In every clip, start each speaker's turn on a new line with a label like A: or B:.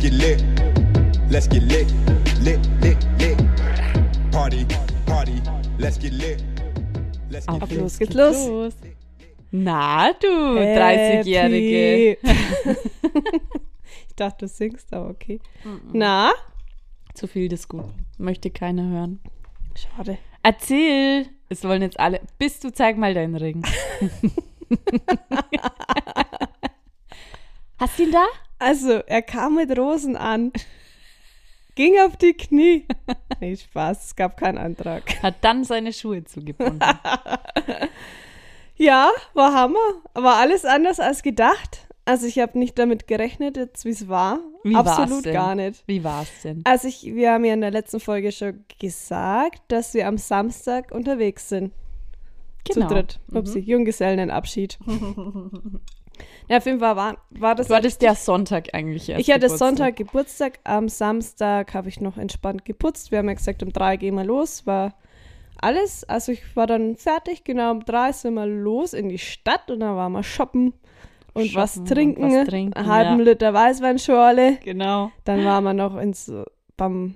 A: get lit. Let's get lit. Lit, lit, lit. Party, party. Let's get lit. Let's get
B: Auf
A: lit.
B: los geht's los.
C: Na du, 30-Jährige.
B: ich dachte, du singst, aber okay. Na?
C: Zu viel des Guten. Möchte keiner hören.
B: Schade.
C: Erzähl! Es wollen jetzt alle. Bist du, zeig mal deinen Ring. Hast du ihn da?
B: Also, er kam mit Rosen an, ging auf die Knie. Nee, Spaß, es gab keinen Antrag.
C: Hat dann seine Schuhe zugebunden.
B: Ja, war Hammer. War alles anders als gedacht. Also, ich habe nicht damit gerechnet, jetzt wie es war.
C: Wie war's
B: Absolut
C: denn?
B: gar nicht.
C: Wie war's denn?
B: Also, ich, wir haben ja in der letzten Folge schon gesagt, dass wir am Samstag unterwegs sind.
C: Genau.
B: Zu dritt.
C: Mhm.
B: Upsi, Junggesellenabschied. ja, auf jeden Fall war, war das.
C: Du hattest ja Sonntag eigentlich erst.
B: ich hatte
C: Geburtstag.
B: Sonntag Geburtstag, am Samstag habe ich noch entspannt geputzt. Wir haben ja gesagt, um drei gehen wir los, war alles. Also ich war dann fertig, genau um drei sind wir los in die Stadt und dann waren wir shoppen und was
C: Shoppen und
B: trinken.
C: was trinken,
B: einen halben
C: ja.
B: Liter Weißweinschorle.
C: Genau.
B: Dann waren wir noch ins, beim,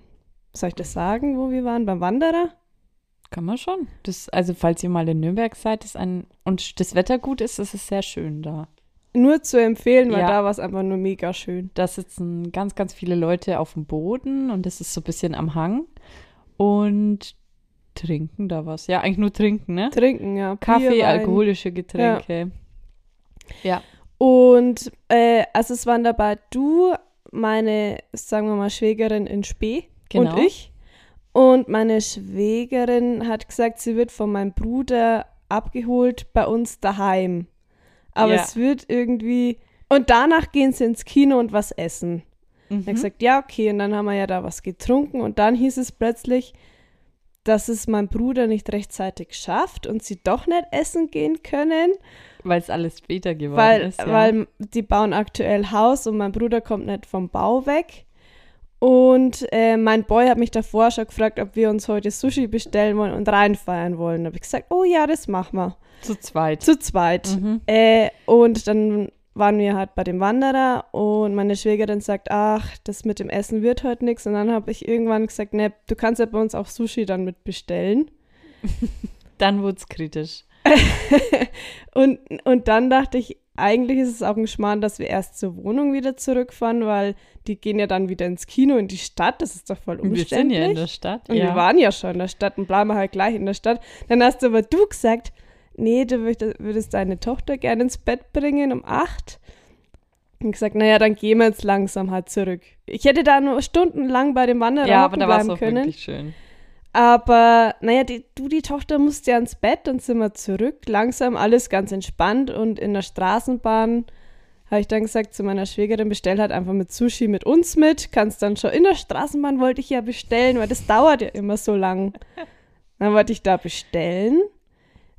B: soll ich das sagen, wo wir waren, beim Wanderer?
C: Kann man schon. Das, also, falls ihr mal in Nürnberg seid ist ein, und das Wetter gut ist, ist es sehr schön da.
B: Nur zu empfehlen, weil
C: Ja.
B: da war es einfach nur mega schön.
C: Da sitzen ganz, ganz viele Leute auf dem Boden und das ist so ein bisschen am Hang. Und trinken da was. Ja, eigentlich nur trinken, ne?
B: Trinken, ja. Bier,
C: Kaffee,
B: Wein.
C: alkoholische Getränke. Ja.
B: Und äh, also es waren dabei du, meine, sagen wir mal, Schwägerin in Spee
C: Genau.
B: und ich. Und meine Schwägerin hat gesagt, sie wird von meinem Bruder abgeholt bei uns daheim. Aber
C: Ja.
B: es wird irgendwie. Und danach gehen sie ins Kino und was essen.
C: Mhm.
B: Und er gesagt, ja, okay. Und dann haben wir ja da was getrunken. Und dann hieß es plötzlich, dass es mein Bruder nicht rechtzeitig schafft und sie doch nicht essen gehen können.
C: Weil es alles später geworden
B: Weil,
C: ist. Ja.
B: weil die bauen aktuell Haus und mein Bruder kommt nicht vom Bau weg. Und äh, mein Boy hat mich davor schon gefragt, ob wir uns heute Sushi bestellen wollen und reinfeiern wollen. Da habe ich gesagt, oh ja, das machen wir.
C: Zu zweit.
B: Zu zweit.
C: Mhm.
B: Äh, und dann waren wir halt bei dem Wanderer und meine Schwägerin sagt, ach, das mit dem Essen wird heute nichts. Und dann habe ich irgendwann gesagt, ne, du kannst ja bei uns auch Sushi dann mit bestellen.
C: Dann wurde es kritisch.
B: Und, und dann dachte ich, eigentlich ist es auch ein Schmarrn, dass wir erst zur Wohnung wieder zurückfahren, weil die gehen ja dann wieder ins Kino, in die Stadt. Das ist doch voll
C: Und Wir sind
B: umständlich.
C: ja in der Stadt.
B: und
C: ja.
B: wir waren ja schon in der Stadt und bleiben halt gleich in der Stadt. Dann hast aber du gesagt, nee, du würdest, würdest deine Tochter gerne ins Bett bringen um acht. Und gesagt, naja, dann gehen wir jetzt langsam halt zurück. Ich hätte da nur stundenlang bei dem Wanderer
C: ja, aber
B: hocken
C: da war es
B: bleiben
C: auch
B: können.
C: wirklich schön.
B: Aber naja, die, du, die Tochter musste ja ins Bett, dann sind wir zurück. Langsam alles ganz entspannt und in der Straßenbahn habe ich dann gesagt zu meiner Schwägerin, bestell halt einfach mit Sushi mit uns mit. Kannst dann schon in der Straßenbahn wollte ich ja bestellen, weil das dauert ja immer so lang. Dann wollte ich da bestellen.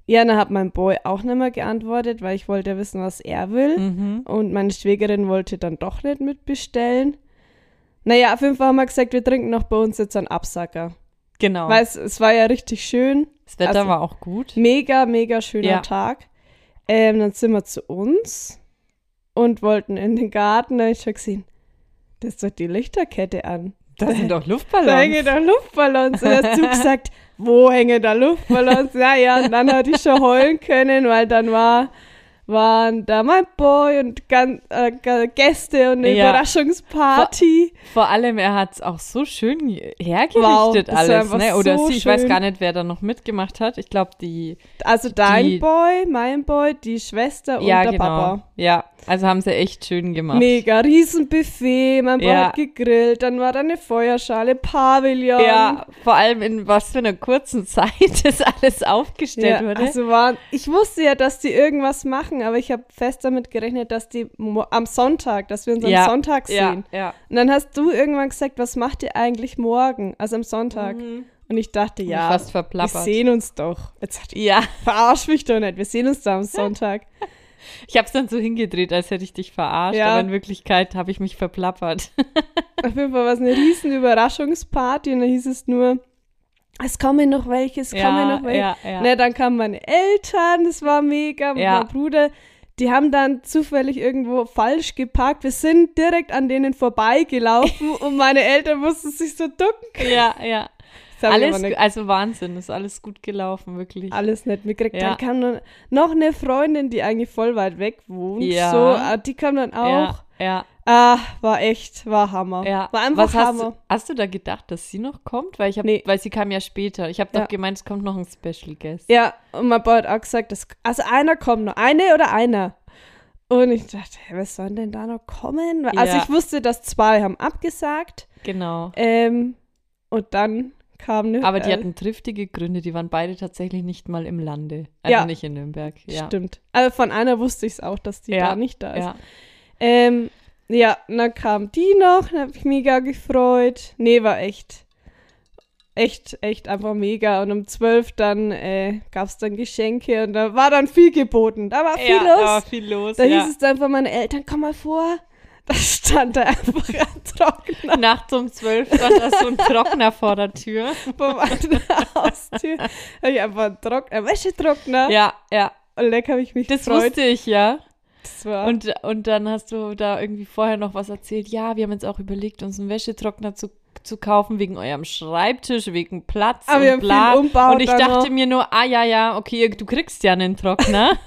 B: Ja, dann hat mein Boy auch nicht mehr geantwortet, weil ich wollte ja wissen, was er will.
C: Mhm.
B: Und meine Schwägerin wollte dann doch nicht mitbestellen. Naja, auf jeden Fall haben wir gesagt, wir trinken noch bei uns jetzt einen Absacker.
C: Genau.
B: Weil es, es war ja richtig schön.
C: das Wetter
B: also-
C: war auch gut.
B: Mega, mega schöner
C: Ja.
B: Tag. Ähm, dann sind wir zu uns und wollten in den Garten. Da habe ich schon gesehen, das ist doch die Lichterkette an.
C: Da sind doch
B: Da hängen
C: Luftballons.
B: da Luftballons. Und hast du gesagt, wo hängen da Luftballons? Ja, ja. Und dann hatte ich schon heulen können, weil dann war, waren da mein Boy und gan- äh, ga- Gäste und eine
C: Ja.
B: Überraschungsparty.
C: Vor allem, er hat es auch so schön ge- hergerichtet
B: Wow, das war
C: alles.
B: einfach
C: Ne? Oder
B: so
C: sie, ich weiß
B: schön.
C: gar nicht, wer da noch mitgemacht hat. Ich glaube, die
B: Also dein
C: Die-
B: Boy, mein Boy, die Schwester und
C: ja,
B: der
C: genau.
B: Papa.
C: Ja, also haben sie echt schön gemacht.
B: Mega, Riesenbuffet, mein Bruder
C: Ja.
B: hat gegrillt, dann war da eine Feuerschale, Pavillon.
C: Ja, vor allem in was für einer kurzen Zeit das alles aufgestellt
B: Ja,
C: wurde.
B: also war, ich wusste ja, dass die irgendwas machen, aber ich habe fest damit gerechnet, dass die mo- am Sonntag, dass wir uns
C: Ja,
B: am Sonntag
C: ja,
B: sehen.
C: Ja.
B: Und dann hast du irgendwann gesagt, was macht ihr eigentlich morgen, also am Sonntag? Und ich dachte,
C: mich
B: ja,
C: Mhm. fast
B: wir
C: verplappert.
B: sehen uns doch. Jetzt dachte ich,
C: ja,
B: verarsch mich doch nicht, wir sehen uns da am Sonntag.
C: ich habe es dann so hingedreht, als hätte ich dich verarscht,
B: Ja.
C: aber in Wirklichkeit habe ich mich verplappert.
B: Auf jeden Fall war es eine riesen Überraschungsparty und dann hieß es nur, es kommen noch welche, es
C: Ja,
B: kommen noch welche.
C: ja, ja.
B: Na, dann kamen meine Eltern, das war mega, mit
C: Ja.
B: meinem Bruder. Die haben dann zufällig irgendwo falsch geparkt. Wir sind direkt an denen vorbeigelaufen und meine Eltern mussten sich so ducken.
C: Ja, ja.
B: Das hab ich
C: Alles,
B: aber
C: gu-
B: nicht,
C: also Wahnsinn, ist alles gut gelaufen, wirklich.
B: alles nicht mitgekriegt.
C: Ja.
B: Dann kam dann noch eine Freundin, die eigentlich voll weit weg wohnt.
C: Ja.
B: So, äh, die kam dann auch.
C: Ja, ja,
B: Ah, war echt, war Hammer.
C: ja.
B: War einfach
C: Was hast,
B: Hammer.
C: du- hast du da gedacht, dass sie noch kommt? Weil ich habe,
B: Nee.
C: weil sie kam ja später. Ich habe
B: Ja.
C: doch gemeint, es kommt noch ein Special Guest.
B: Ja, und mein Boy hat auch gesagt, das, also einer kommt noch, eine oder einer. Und ich dachte, hä, was sollen denn da noch kommen? Weil- Also
C: Ja.
B: ich wusste, dass zwei haben abgesagt.
C: Genau.
B: Ähm, und dann kam eine.
C: Aber die
B: äh,
C: hatten triftige Gründe, die waren beide tatsächlich nicht mal im Lande. Also
B: Ja.
C: nicht in Nürnberg. Ja.
B: Stimmt. Also von einer wusste ich es auch, dass die
C: Ja,
B: da nicht da ist.
C: Ja.
B: Ähm, ja, und dann kam die noch, dann habe ich mega gefreut. Nee, war echt. Echt, echt einfach mega. Und um zwölf dann äh, gab es dann Geschenke und da war dann viel geboten. Da Also, war viel
C: ja,
B: los.
C: Da war viel los.
B: Da
C: ja.
B: hieß es dann von meinen Eltern, komm mal vor. Da stand da einfach ein Trockner
C: Nachts um zwölf stand da so ein Trockner vor der Tür.
B: vor meiner Haustür. Habe ich einfach einen Trockner, einen Wäschetrockner.
C: Ja, ja.
B: Und leck habe ich mich
C: Das
B: gefreut.
C: wusste ich, ja.
B: Das war
C: Und, und dann hast du da irgendwie vorher noch was erzählt. Ja, wir haben jetzt auch überlegt, uns einen Wäschetrockner zu, zu kaufen wegen eurem Schreibtisch, wegen Platz
B: Aber
C: und
B: wir haben viel
C: bla.
B: umgebaut
C: und ich
B: dann
C: dachte
B: noch.
C: mir nur, ah ja, ja, okay, du kriegst ja einen Trockner.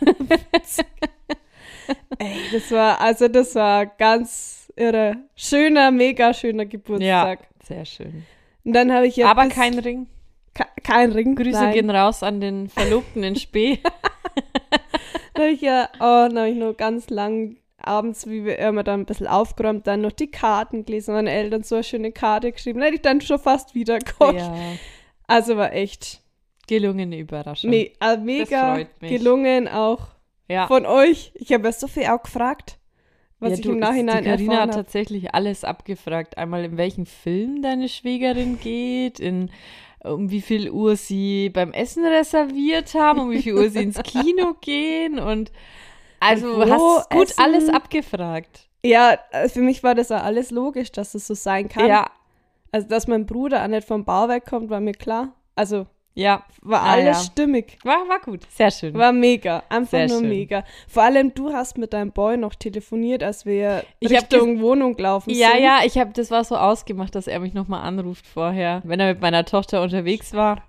B: Ey, das war, also das war ganz irre. Schöner, mega schöner
C: ja,
B: Geburtstag.
C: sehr schön.
B: Und dann habe ich ja.
C: Aber
B: bis-
C: kein Ring.
B: ke- kein Ring.
C: Grüße
B: nein.
C: gehen raus an den Verlobten in Spee.
B: Dann habe ich ja, oh, dann habe ich nur ganz lang abends, wie wir immer dann ein bisschen aufgeräumt, dann noch die Karten gelesen, meine Eltern so eine schöne Karte geschrieben. Dann hätte ich dann schon fast wiedergekommen.
C: ja,
B: Also war echt
C: gelungene Überraschung.
B: me äh, mega
C: freut mich.
B: gelungen auch
C: ja.
B: von euch. Ich habe ja so viel auch gefragt, was
C: ja,
B: ich
C: du,
B: im
C: es-
B: Nachhinein
C: die Carina
B: erfahren
C: hat
B: habe.
C: tatsächlich alles abgefragt. Einmal in welchen Film deine Schwägerin geht, in um wie viel Uhr sie beim Essen reserviert haben, um wie viel Uhr sie ins Kino gehen und also
B: Und wo
C: hast gut
B: essen?
C: alles abgefragt.
B: Ja, äh, für mich war das auch alles logisch, dass es so sein kann.
C: Ja,
B: Also, dass mein Bruder auch nicht vom Bauwerk kommt, war mir klar. Also,
C: ja,
B: war
C: Ah,
B: alles
C: ja.
B: stimmig.
C: war, war gut, sehr schön.
B: War mega. Einfach
C: Sehr
B: nur
C: schön.
B: mega. Vor allem, du hast mit deinem Boy noch telefoniert, als wir
C: Ich hab
B: Richtung Wohnung gelaufen
C: ja,
B: sind.
C: ja, ich habe das war so ausgemacht, dass er mich nochmal anruft vorher, wenn er mit meiner Tochter unterwegs war.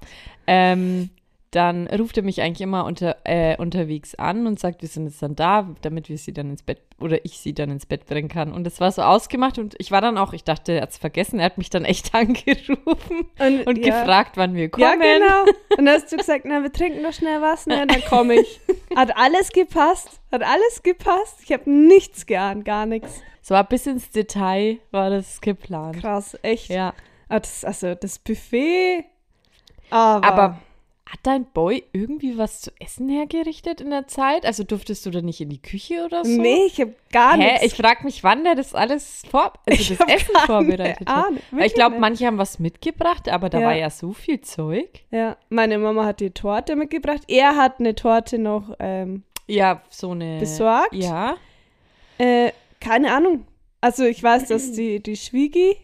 C: Ähm, dann ruft er mich eigentlich immer unter, äh, unterwegs an und sagt, wir sind jetzt dann da, damit wir sie dann ins Bett oder ich sie dann ins Bett bringen kann. Und das war so ausgemacht und ich war dann auch, ich dachte, er hat's vergessen, er hat mich dann echt angerufen
B: Und,
C: und
B: ja.
C: gefragt, wann wir kommen.
B: Ja, genau. Und dann hast du gesagt, na, wir trinken noch schnell was, ne, dann komme ich. Hat alles gepasst. Hat alles gepasst. Ich habe nichts geahnt, gar nichts.
C: So war bis ins Detail war das geplant.
B: Krass, echt.
C: Ja.
B: Ah, das, also, das Buffet. Aber,
C: Aber hat dein Boy irgendwie was zu essen hergerichtet in der Zeit? Also durftest du da nicht in die Küche oder so?
B: Nee, ich habe gar
C: Hä?
B: nichts.
C: Ich frage mich, wann der das alles vor also das
B: hab
C: Essen
B: keine
C: vorbereitet hat.
B: Ahnung,
C: Weil ich
B: wirklich
C: glaube,
B: nicht.
C: manche haben was mitgebracht, aber da
B: Ja.
C: war ja so viel Zeug.
B: Ja, meine Mama hat die Torte mitgebracht. Er hat eine Torte noch ähm,
C: Ja, so eine.
B: besorgt.
C: Ja.
B: Äh, keine Ahnung. Also ich weiß, dass die, die Schwiegi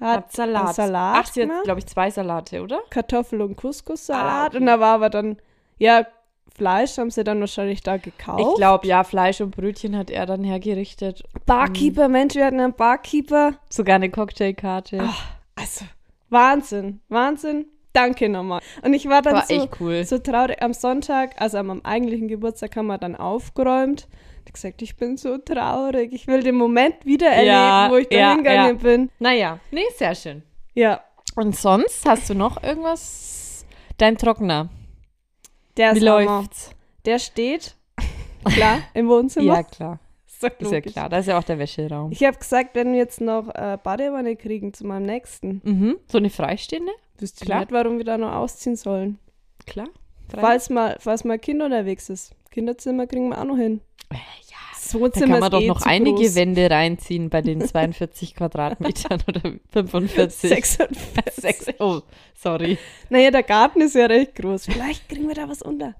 B: hat,
C: Hat Salat.
B: einen Salat
C: Ach, sie hat,
B: gemacht.
C: glaube ich, zwei Salate, oder?
B: Kartoffel- und Couscous-Salat.
C: Ah, okay.
B: Und da war aber dann, ja, Fleisch haben sie dann wahrscheinlich da gekauft.
C: Ich glaube, ja, Fleisch und Brötchen hat er dann hergerichtet.
B: Barkeeper, Mensch, wir hatten einen Barkeeper.
C: Sogar eine Cocktailkarte.
B: Also, Wahnsinn, Wahnsinn. Danke nochmal. Und ich war dann
C: war
B: so,
C: echt cool.
B: so traurig am Sonntag, also an meinem eigentlichen Geburtstag haben wir dann aufgeräumt. Ich hab gesagt, ich bin so traurig. Ich will den Moment wieder erleben,
C: Ja,
B: wo ich da
C: ja,
B: hingegangen
C: ja.
B: bin.
C: Naja, nee, sehr schön.
B: Ja,
C: Und sonst hast du noch irgendwas? Dein Trockner.
B: der
C: Wie
B: ist Hammer.
C: läuft's?
B: Der steht, klar, im Wohnzimmer.
C: Ja, klar.
B: ist, doch
C: Ist ja
B: logisch.
C: klar. Da ist ja auch der Wäscheraum.
B: Ich habe gesagt, wenn wir jetzt noch äh, Badewanne kriegen zu meinem nächsten,
C: Mhm. So eine freistehende?
B: wüsste ich
C: Klar.
B: nicht, warum wir da noch ausziehen sollen.
C: Klar.
B: Falls mal, falls mal Kind unterwegs ist. Kinderzimmer kriegen wir auch noch hin.
C: Äh, Ja,
B: Das Wohnzimmer
C: da kann man
B: ist
C: doch
B: eh
C: noch
B: zu
C: einige
B: groß.
C: Wände reinziehen bei den 42 Quadratmetern oder 45.
B: 46.
C: Sechs- Oh, sorry.
B: Naja, der Garten ist ja recht groß. Vielleicht kriegen wir da was unter.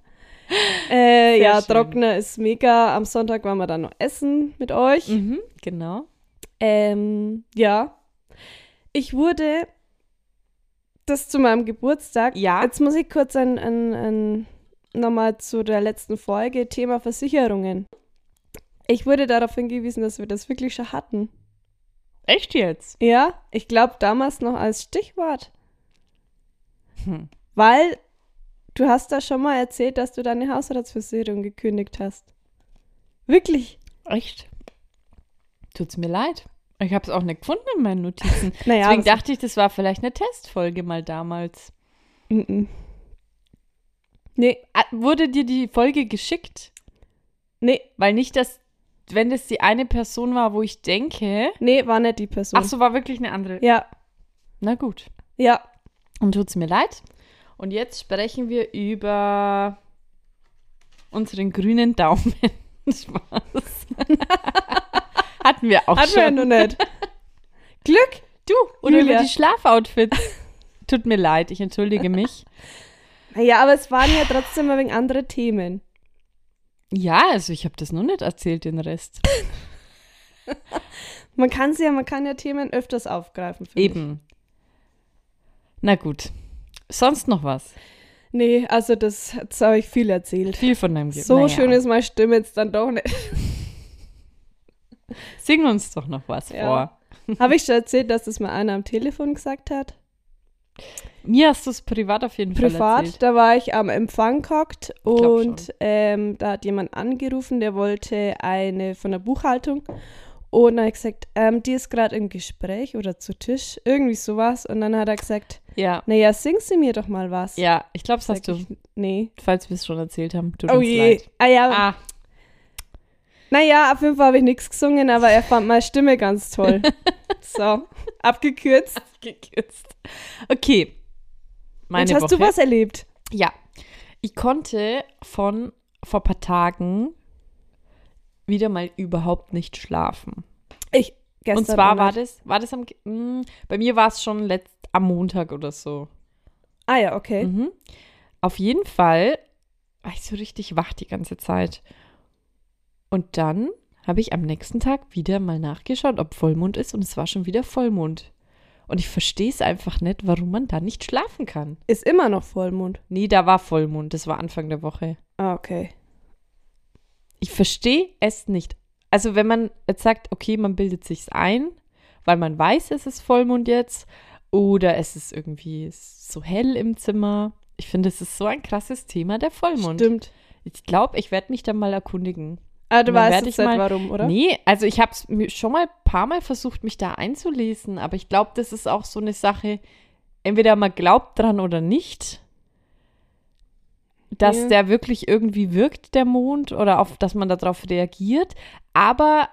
B: Äh,
C: Sehr
B: ja,
C: schön.
B: Trockner ist mega. Am Sonntag waren wir dann noch essen mit euch.
C: Mhm, genau.
B: Ähm, ja. Ich wurde das zu meinem Geburtstag.
C: Ja.
B: Jetzt muss ich kurz ein, ein, ein, nochmal zu der letzten Folge, Thema Versicherungen. Ich wurde darauf hingewiesen, dass wir das wirklich schon hatten.
C: Echt jetzt?
B: Ja, ich glaube damals noch als Stichwort.
C: Hm.
B: Weil du hast da schon mal erzählt, dass du deine Hausratsversicherung gekündigt hast. Wirklich?
C: Echt? Tut's mir leid. Ich habe es auch nicht gefunden in meinen Notizen.
B: Naja,
C: Deswegen
B: das-
C: dachte ich, das war vielleicht eine Testfolge mal damals.
B: Mhm. Nee,
C: Ah, Wurde dir die Folge geschickt?
B: nee,
C: Weil nicht, dass, wenn das die eine Person war, wo ich denke.
B: nee, war nicht die Person.
C: Ach so, war wirklich eine andere.
B: Ja,
C: Na gut.
B: ja.
C: Und tut's mir leid. Und jetzt sprechen wir über unseren grünen Daumen. Spaß. Hatten wir auch
B: Hatten wir ja
C: schon.
B: noch nicht. Glück?
C: du, oder
B: Julia.
C: über die Schlafoutfits. Tut mir leid, ich entschuldige mich.
B: Ja, aber es waren ja trotzdem mal wegen andere Themen.
C: Ja, also ich habe das noch nicht erzählt, den Rest.
B: Man kann sie ja, man kann ja Themen öfters aufgreifen. finde ich.
C: Eben. Na gut. Sonst noch was?
B: Nee, also das, das habe ich viel erzählt.
C: Viel von deinem Ge-
B: So
C: naja.
B: schön ist meine Stimme jetzt dann doch nicht.
C: Sing uns doch noch was
B: Ja.
C: vor.
B: habe ich schon erzählt, dass das mal einer am Telefon gesagt hat?
C: Mir hast du es privat auf jeden Fall
B: Privat,
C: erzählt.
B: da war ich am Empfang gehockt und
C: schon.
B: ähm, da hat jemand angerufen, der wollte eine von der Buchhaltung. Und dann habe ich gesagt, ähm, die ist gerade im Gespräch oder zu Tisch, irgendwie sowas. Und dann hat er gesagt,
C: Ja.
B: naja, sing sie mir doch mal was.
C: Ja, ich glaube, das
B: Sag
C: hast du,
B: ich, Nee.
C: falls wir es schon erzählt haben. Tut
B: Oh
C: uns
B: je.
C: leid.
B: Ah ja,
C: Ah,
B: naja, auf jeden Fall habe ich nichts gesungen, aber er fand meine Stimme ganz toll. so, abgekürzt.
C: Ah, gekürzt. Okay. Meine
B: und hast
C: Woche.
B: du was erlebt?
C: Ja. Ich konnte von vor ein paar Tagen wieder mal überhaupt nicht schlafen.
B: Ich, gestern.
C: Und zwar
B: Abend.
C: war das, war das am, mh, bei mir war es schon letzt, am Montag oder so.
B: Ah ja, okay.
C: Mhm. Auf jeden Fall war ich so richtig wach die ganze Zeit. Und dann habe ich am nächsten Tag wieder mal nachgeschaut, ob Vollmond ist und es war schon wieder Vollmond. Und ich verstehe es einfach nicht, warum man da nicht schlafen kann.
B: Ist immer noch Vollmond.
C: Nee, da war Vollmond, das war Anfang der Woche.
B: Ah, okay.
C: Ich verstehe es nicht. Also wenn man jetzt sagt, okay, man bildet sich's ein, weil man weiß, es ist Vollmond jetzt oder es ist irgendwie so hell im Zimmer. Ich finde, es ist so ein krasses Thema, der Vollmond.
B: Stimmt.
C: Ich glaube, ich werde mich dann mal erkundigen.
B: Ah, du
C: Dann
B: weißt
C: werd
B: jetzt
C: ich
B: nicht
C: mal-
B: warum, oder?
C: Nee, also ich habe es schon mal ein paar Mal versucht, mich da einzulesen, aber ich glaube, das ist auch so eine Sache, entweder man glaubt dran oder nicht, dass
B: Ja.
C: der wirklich irgendwie wirkt, der Mond, oder auf, dass man darauf reagiert, aber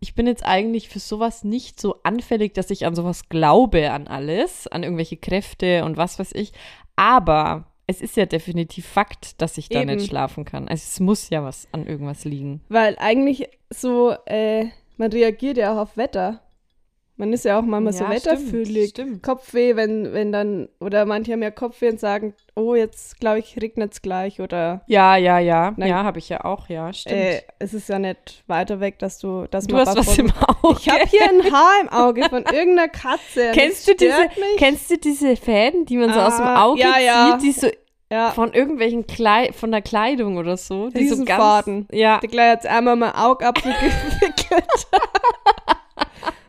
C: ich bin jetzt eigentlich für sowas nicht so anfällig, dass ich an sowas glaube, an alles, an irgendwelche Kräfte und was weiß ich, aber es ist ja definitiv Fakt, dass ich da
B: Eben.
C: nicht schlafen kann. Also es muss ja was an irgendwas liegen.
B: Weil eigentlich so, äh, man reagiert ja auch auf Wetter. Man ist ja auch manchmal so
C: Ja,
B: wetterfühlig.
C: stimmt, stimmt.
B: Kopfweh, wenn, wenn dann, oder manche haben ja Kopfweh und sagen, oh, jetzt glaube ich, regnet es gleich oder
C: Ja, ja, ja.
B: Nein.
C: Ja, habe ich ja auch, ja, stimmt.
B: äh, es ist ja nicht weiter weg, dass du, dass
C: du
B: man
C: hast
B: bei
C: was
B: Voll-
C: im Auge.
B: Ich habe hier ein Haar im Auge von irgendeiner Katze. und
C: kennst du
B: das
C: diese
B: stört Mich?
C: kennst du diese Fäden, die man so aus dem
B: Ah,
C: Auge
B: ja, ja.
C: zieht, die so
B: ja,
C: von irgendwelchen Klei von der Kleidung oder so, die so ganz
B: Riesenfaden.
C: ja,
B: der gleich jetzt einmal mein Augapfel gewickelt.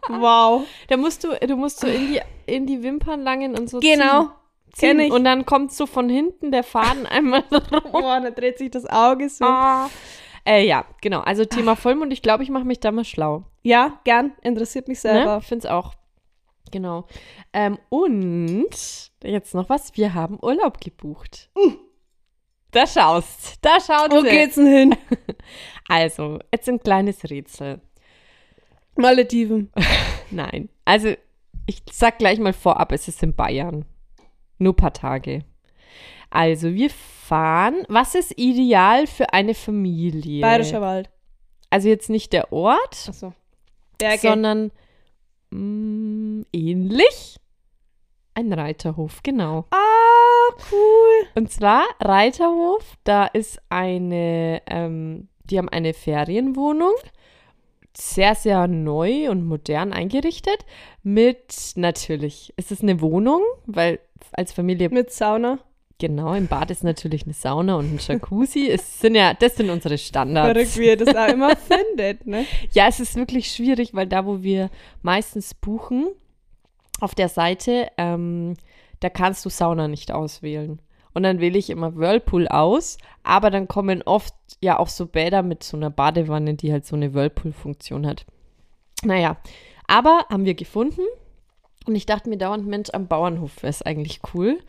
B: wow.
C: da musst du du musst so in die in die Wimpern langen und so
B: Genau.
C: ziehen, ziehen.
B: Kenn ich.
C: und dann kommt so von hinten der Faden einmal rum.
B: Oh, dann dreht sich das Auge so.
C: Ah. Äh, ja, genau. Also Thema Vollmond, ich glaube, ich mache mich da mal schlau.
B: Ja, gern. Interessiert mich
C: Ne?
B: selber.
C: Ich finde es auch. Genau. Ähm, und jetzt noch was. Wir haben Urlaub gebucht. Da schaust. Da schaut
B: Uh. Wo
C: sie.
B: geht's denn hin?
C: Also, jetzt ein kleines Rätsel.
B: Malediven.
C: Nein. Also, ich sag gleich mal vorab, es ist in Bayern. Nur ein paar Tage. Also, wir fahren. Was ist ideal für eine Familie?
B: Bayerischer Wald.
C: Also, jetzt nicht der Ort,
B: Achso. Berge.
C: sondern mm, ähnlich. Ein Reiterhof, genau.
B: Ah, cool.
C: Und zwar Reiterhof, da ist eine, ähm, die haben eine Ferienwohnung, sehr, sehr neu und modern eingerichtet, mit, natürlich, es ist eine Wohnung, weil als Familie
B: Mit Sauna.
C: Genau, im Bad ist natürlich eine Sauna und ein Jacuzzi. Es sind ja, das sind unsere
B: Verrückt,
C: Standards.
B: wie ihr das auch immer findet, ne?
C: Ja, es ist wirklich schwierig, weil da, wo wir meistens buchen, auf der Seite, ähm, da kannst du Sauna nicht auswählen. Und dann wähle ich immer Whirlpool aus, aber dann kommen oft ja auch so Bäder mit so einer Badewanne, die halt so eine Whirlpool-Funktion hat. Naja, aber haben wir gefunden. Und ich dachte mir dauernd, Mensch, am Bauernhof wäre es eigentlich cool.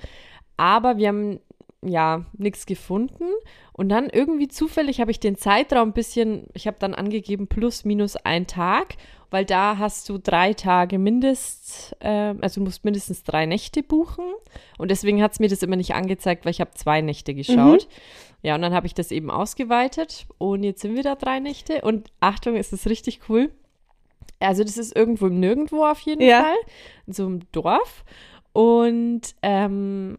C: Aber wir haben ja nichts gefunden. Und dann irgendwie zufällig habe ich den Zeitraum ein bisschen, ich habe dann angegeben, plus minus ein Tag, weil da hast du drei Tage mindest, ähm, also du musst mindestens drei Nächte buchen. Und deswegen hat es mir das immer nicht angezeigt, weil ich habe zwei Nächte geschaut. Ja, und dann habe ich das eben ausgeweitet und jetzt sind wir da drei Nächte. Und Achtung, es ist richtig cool. Also das ist irgendwo im Nirgendwo auf jeden
B: Ja.
C: Fall, in so einem Dorf. Und ähm,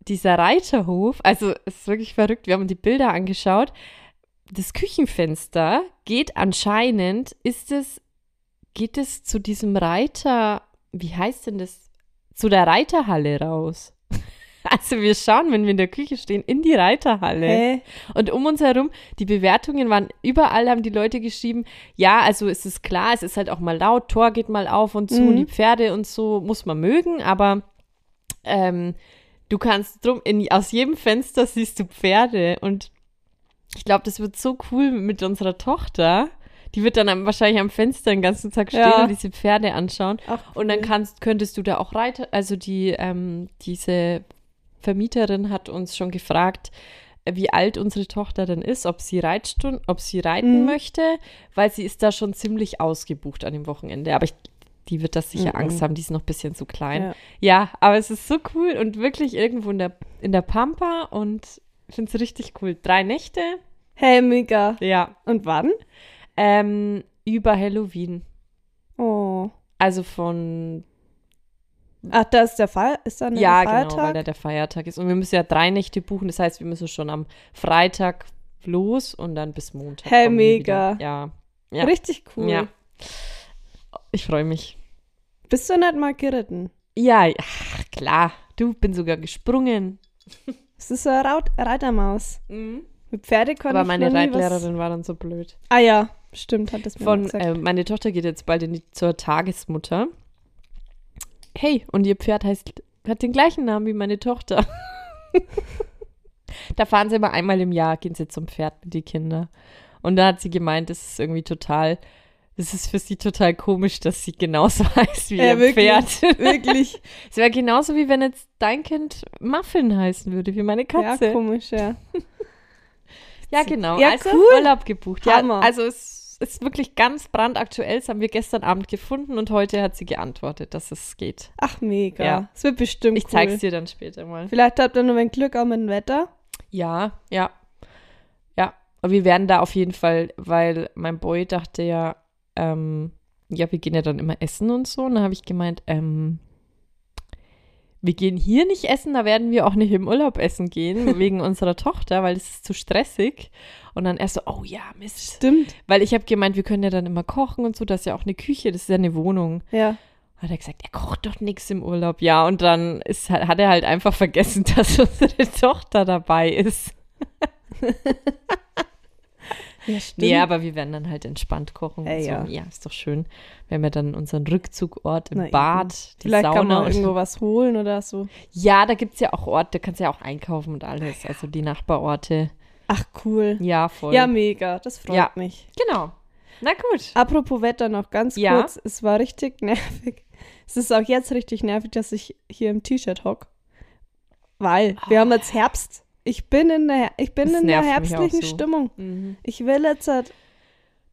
C: dieser Reiterhof, also es ist wirklich verrückt, wir haben die Bilder angeschaut. Das Küchenfenster geht anscheinend, ist es, geht es zu diesem Reiter, wie heißt denn das? Zu der Reiterhalle raus. Also wir schauen, wenn wir in der Küche stehen, in die Reiterhalle.
B: Hä?
C: Und um uns herum, die Bewertungen waren überall, haben die Leute geschrieben, ja, also es ist klar, es ist halt auch mal laut, Tor geht mal auf und zu,
B: Mhm.
C: die Pferde und so muss man mögen, aber ähm, du kannst drum, in, aus jedem Fenster siehst du Pferde und ich glaube, das wird so cool mit unserer Tochter. Die wird dann am, wahrscheinlich am Fenster den ganzen Tag stehen
B: Ja.
C: und diese Pferde anschauen.
B: Ach,
C: Und dann
B: cool.
C: kannst, könntest du da auch reiten. Also die, ähm, diese Vermieterin hat uns schon gefragt, wie alt unsere Tochter denn ist, ob sie, Reitstund, ob sie reiten
B: Mhm.
C: möchte, weil sie ist da schon ziemlich ausgebucht an dem Wochenende. Aber ich, die wird das sicher
B: Mhm.
C: Angst haben, die ist noch ein bisschen zu klein.
B: Ja.
C: Ja, aber es ist so cool und wirklich irgendwo in der, in der Pampa und ich finde es richtig cool. Drei Nächte,
B: Hey, mega.
C: ja,
B: Und wann?
C: ähm, über Halloween.
B: Oh.
C: Also von
B: Ach, da ist der Fall. Ist da ein
C: ja,
B: Feiertag?
C: genau, weil da der Feiertag ist. Und wir müssen ja drei Nächte buchen. Das heißt, wir müssen schon am Freitag los und dann bis Montag.
B: Hey,
C: kommen wir wieder.
B: mega.
C: Ja, ja.
B: Richtig cool.
C: ja. Ich freue mich.
B: Bist du nicht mal geritten?
C: Ja, ach, klar. Du, bin sogar gesprungen.
B: Es ist so eine Raut Reitermaus. Mit Pferde konnte
C: Aber
B: ich
C: meine
B: Mhm. noch nie was...
C: Reitlehrerin war dann so blöd.
B: Ah ja, stimmt, hat das mir mal
C: Von,
B: gesagt.
C: äh, meine Tochter geht jetzt bald in die, zur Tagesmutter. Hey, und ihr Pferd heißt, hat den gleichen Namen wie meine Tochter. da fahren sie immer einmal im Jahr, gehen sie zum Pferd mit die Kinder. Und da hat sie gemeint, das ist irgendwie total, das ist für sie total komisch, dass sie genauso heißt wie
B: Ja,
C: ihr
B: wirklich.
C: Pferd.
B: Wirklich.
C: Es wäre genauso wie wenn jetzt dein Kind Muffin heißen würde, wie meine Katze.
B: Ja, komisch, ja.
C: Ja, genau.
B: Ja,
C: also
B: cool.
C: Urlaub gebucht. Ja,
B: Hammer.
C: also es ist wirklich ganz brandaktuell. Das haben wir gestern Abend gefunden und heute hat sie geantwortet, dass es geht.
B: Ach, mega.
C: Ja.
B: Es wird bestimmt
C: Ich
B: cool.
C: zeig's dir dann später mal.
B: Vielleicht habt ihr nur ein Glück auch mit dem Wetter.
C: Ja, ja. Ja. Und wir werden da auf jeden Fall, weil mein Boy dachte ja, ähm, ja, wir gehen ja dann immer essen und so. Und dann habe ich gemeint, ähm, wir gehen hier nicht essen, da werden wir auch nicht im Urlaub essen gehen, wegen unserer Tochter, weil es ist zu stressig. Und dann erst so, oh ja, Mist.
B: Stimmt.
C: Weil ich habe gemeint, wir können ja dann immer kochen und so, das ist ja auch eine Küche, das ist ja eine Wohnung.
B: Ja.
C: Hat er gesagt, er kocht doch nichts im Urlaub. Ja, und dann ist, hat er halt einfach vergessen, dass unsere Tochter dabei ist.
B: Ja, stimmt.
C: Nee, aber wir werden dann halt entspannt kochen.
B: Mhm. Ey,
C: und so.
B: ja.
C: ist doch schön. Wir haben ja dann unseren Rückzugort im
B: Na eben.
C: Bad, die
B: Vielleicht
C: Sauna.
B: kann man
C: und-
B: irgendwo was holen oder so.
C: Ja, da gibt es ja auch Orte, da kannst du ja auch einkaufen und alles.
B: Ah,
C: Also die Nachbarorte.
B: Ach, cool.
C: Ja, voll.
B: Ja, Ah. mega. Das freut
C: Ja.
B: mich.
C: genau. Na gut.
B: Apropos Wetter noch ganz
C: Ja.
B: kurz. Es war richtig nervig. Es ist auch jetzt richtig nervig, dass ich hier im T-Shirt hock. Weil wir haben jetzt Herbst. Ich bin in der, ich bin
C: Ah. Das
B: in der
C: nervt mich auch
B: herbstlichen
C: so.
B: Stimmung.
C: Mhm.
B: Ich will jetzt halt,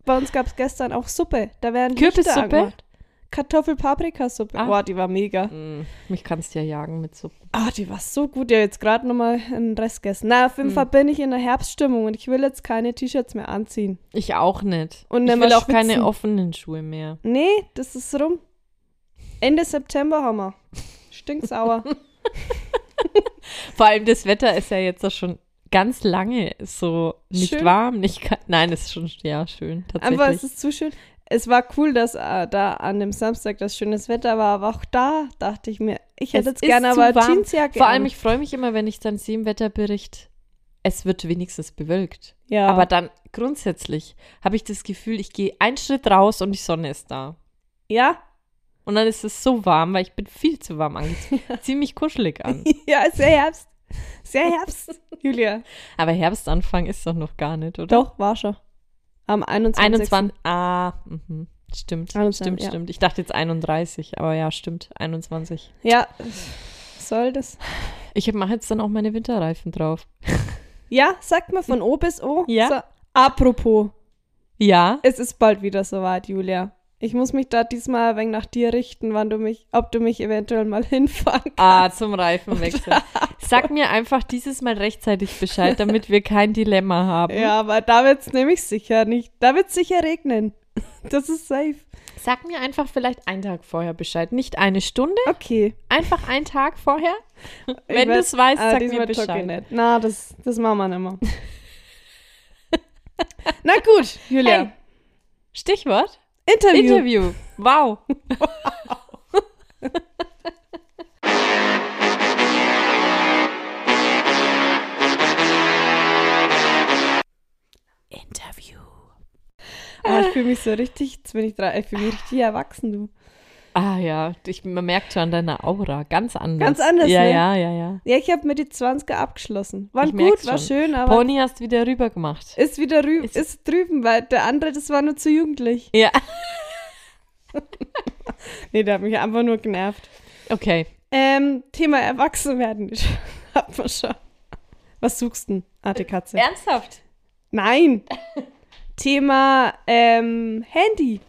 B: bei uns gab es gestern auch Suppe. Da werden Lichter
C: Kürbissuppe?
B: angemacht. Kartoffel-Paprikasuppe.
C: Ah.
B: Boah, die war mega.
C: Mhm. Mich kannst du ja jagen mit Suppe.
B: Ah, die war so gut. Ja, jetzt gerade nochmal einen Rest gegessen. Na, auf jeden
C: Hm.
B: Fall bin ich in der Herbststimmung und ich will jetzt keine T-Shirts mehr anziehen.
C: Ich auch nicht.
B: Und
C: ich
B: nimmer
C: will auch
B: schwitzen.
C: keine offenen Schuhe mehr.
B: Nee, das ist rum. Ende September haben wir. Stinksauer.
C: Vor allem das Wetter ist ja jetzt auch schon ganz lange so nicht
B: Schön.
C: warm, nicht kalt. Nein, es ist schon ja schön
B: Einfach,
C: tatsächlich.
B: es ist zu schön. es war cool, dass äh, da an dem Samstag das schönes Wetter war, aber auch da dachte ich mir, ich hätte
C: Es
B: jetzt
C: ist
B: gerne
C: zu
B: aber
C: warm.
B: Jeansjacke.
C: Vor
B: an.
C: allem, ich freue mich immer, wenn ich dann sehe im Wetterbericht, es wird wenigstens bewölkt.
B: ja.
C: Aber dann grundsätzlich habe ich das Gefühl, ich gehe einen Schritt raus und die Sonne ist da.
B: ja,
C: Und dann ist es so warm, weil ich bin viel zu warm angezogen. Ziemlich kuschelig an.
B: ja, ist sehr Herbst. Sehr Herbst, Julia.
C: Aber Herbstanfang ist doch noch gar nicht, oder?
B: Doch, war schon. Am 21.
C: 21. Ah, mhm. stimmt.
B: 21,
C: stimmt,
B: ja.
C: stimmt. Ich dachte jetzt 31, aber ja, stimmt. 21.
B: Ja, soll das.
C: Ich mache jetzt dann auch meine Winterreifen drauf.
B: Ja, sagt man von O bis O.
C: Ja.
B: So, apropos,
C: Ja.
B: es ist bald wieder soweit, Julia. Ich muss mich da diesmal ein wenig nach dir richten, wann du mich, ob du mich eventuell mal hinfahren
C: Ah, zum Reifenwechsel. Sag mir einfach dieses Mal rechtzeitig Bescheid, damit wir kein Dilemma haben.
B: Ja, aber da wird's nämlich sicher nicht. Da wird's sicher regnen. Das ist safe.
C: Sag mir einfach vielleicht einen Tag vorher Bescheid. Nicht eine Stunde,
B: Okay.
C: einfach einen Tag vorher.
B: Ich Ah,
C: Wenn
B: werd-
C: du's weißt, sag mir
B: diesmal talk ich
C: Bescheid.
B: Nicht. Na, das, das machen wir nicht mehr. Na gut, Julia.
C: Stichwort
B: Interview.
C: Interview. Wow. Interview.
B: Ah, ich fühle mich so richtig, jetzt bin ich drei, ich fühle mich richtig erwachsen, du.
C: Ah ja, ich, man merkt schon an deiner Aura, ganz anders.
B: Ganz anders,
C: Ja,
B: ne?
C: ja, ja, ja.
B: Ja, ich habe mir die 20er abgeschlossen. War
C: Ich merk's
B: gut, war
C: schon.
B: schön, aber
C: Pony hast du wieder rüber gemacht.
B: ist wieder rü
C: Ist-
B: ist, drüben, weil der andere, das war nur zu jugendlich.
C: Ja.
B: Nee, der hat mich einfach nur genervt.
C: Okay.
B: Ähm, Thema Erwachsenwerden. Hat man schon. Was suchst denn, Arte Katze?
C: Ernsthaft?
B: Nein. Thema ähm, Handy.